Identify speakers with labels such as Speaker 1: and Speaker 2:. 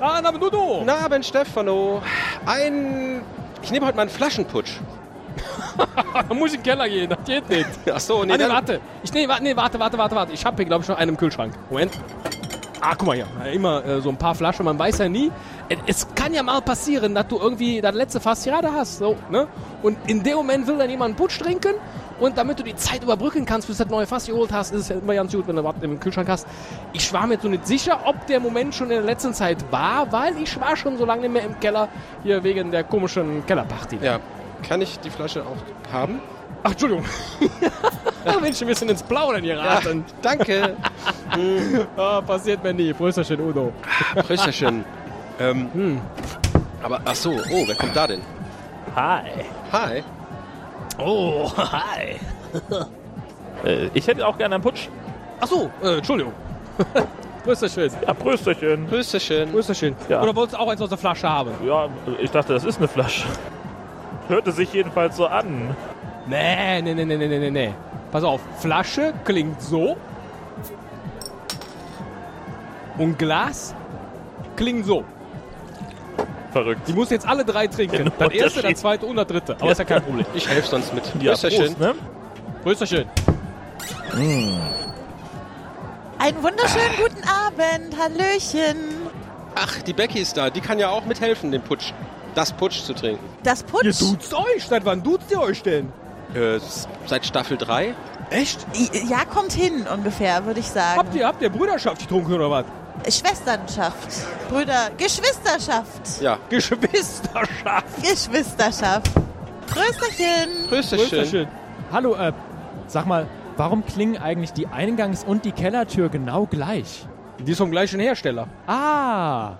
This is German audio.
Speaker 1: Ah, na, Nudo!
Speaker 2: Guten Abend, Stefano. Ein. Ich nehme heute mal einen Flaschenputsch.
Speaker 1: Da muss ich in den Keller gehen, das geht nicht.
Speaker 2: Ach so,
Speaker 1: Ah, nee,
Speaker 2: dann-
Speaker 1: warte. Ich, nee, warte, nee, warte, warte, warte, warte. Ich habe hier, glaube ich, schon einen im Kühlschrank. Moment. Ah, guck mal hier. Ja, Immer äh, so ein paar Flaschen, man weiß ja nie. Ä- Es kann ja mal passieren, dass du irgendwie das letzte Fass gerade hast. So, ne? Und in dem Moment will dann jemand einen Putsch trinken. Und damit du die Zeit überbrücken kannst, bis du das neue Fass geholt hast, ist es ja immer ganz gut, wenn du was im Kühlschrank hast. Ich war mir jetzt so nicht sicher, ob der Moment schon in der letzten Zeit war, weil ich war schon so lange nicht mehr im Keller, hier wegen der komischen Kellerparty.
Speaker 2: Ja. Kann ich die Flasche auch haben?
Speaker 1: Ach, Entschuldigung. da bin ich ein bisschen ins Plaudern geraten.
Speaker 2: Danke.
Speaker 1: Ah, passiert mir nie. Prösterchen, Udo.
Speaker 2: Prösterchen. ähm, Aber, ach so, oh, wer kommt da denn?
Speaker 3: Hi.
Speaker 2: Hi.
Speaker 1: Oh, hi.
Speaker 3: Äh, ich hätte auch gerne einen Putsch.
Speaker 1: Ach so, äh, Entschuldigung. Prösterchen.
Speaker 3: Ja, Prösterchen.
Speaker 2: Prösterchen.
Speaker 1: Prösterchen.
Speaker 3: Ja.
Speaker 1: Oder wolltest du auch eins aus der Flasche haben?
Speaker 3: Ja, ich dachte, das ist eine Flasche. Hörte sich jedenfalls so an.
Speaker 1: Nee, nee, nee, nee, nee, nee, nee. Pass auf, Flasche klingt so. Und Glas klingt so.
Speaker 3: Verrückt.
Speaker 1: Die muss jetzt alle drei trinken.
Speaker 3: Genau,
Speaker 1: das erste,
Speaker 3: Unterschied.
Speaker 1: das zweite und das dritte. Aber ist ja kein Problem.
Speaker 2: Ich helfe sonst mit.
Speaker 3: Ja,
Speaker 2: Prösterchen.
Speaker 3: Prost, ne?
Speaker 1: Prösterchen.
Speaker 4: Einen wunderschönen guten Abend. Hallöchen.
Speaker 2: Ach, die Becky ist da. Die kann ja auch mithelfen, den Putsch. Das Putsch zu trinken.
Speaker 4: Das Putsch.
Speaker 1: duzt euch. Seit wann duzt ihr euch denn?
Speaker 2: Äh, seit Staffel 3?
Speaker 1: Echt?
Speaker 4: I- Ja, kommt hin ungefähr, würde ich sagen.
Speaker 1: Habt ihr, habt ihr Brüderschaft getrunken oder was?
Speaker 4: Schwesternschaft. Brüder. Geschwisterschaft.
Speaker 2: Ja.
Speaker 1: Geschwisterschaft.
Speaker 4: Geschwisterschaft. Prösterchen.
Speaker 2: Prösterchen.
Speaker 5: Hallo, äh, sag mal, warum klingen eigentlich die Eingangs- und die Kellertür genau gleich?
Speaker 1: Die ist vom gleichen Hersteller.
Speaker 5: Ah,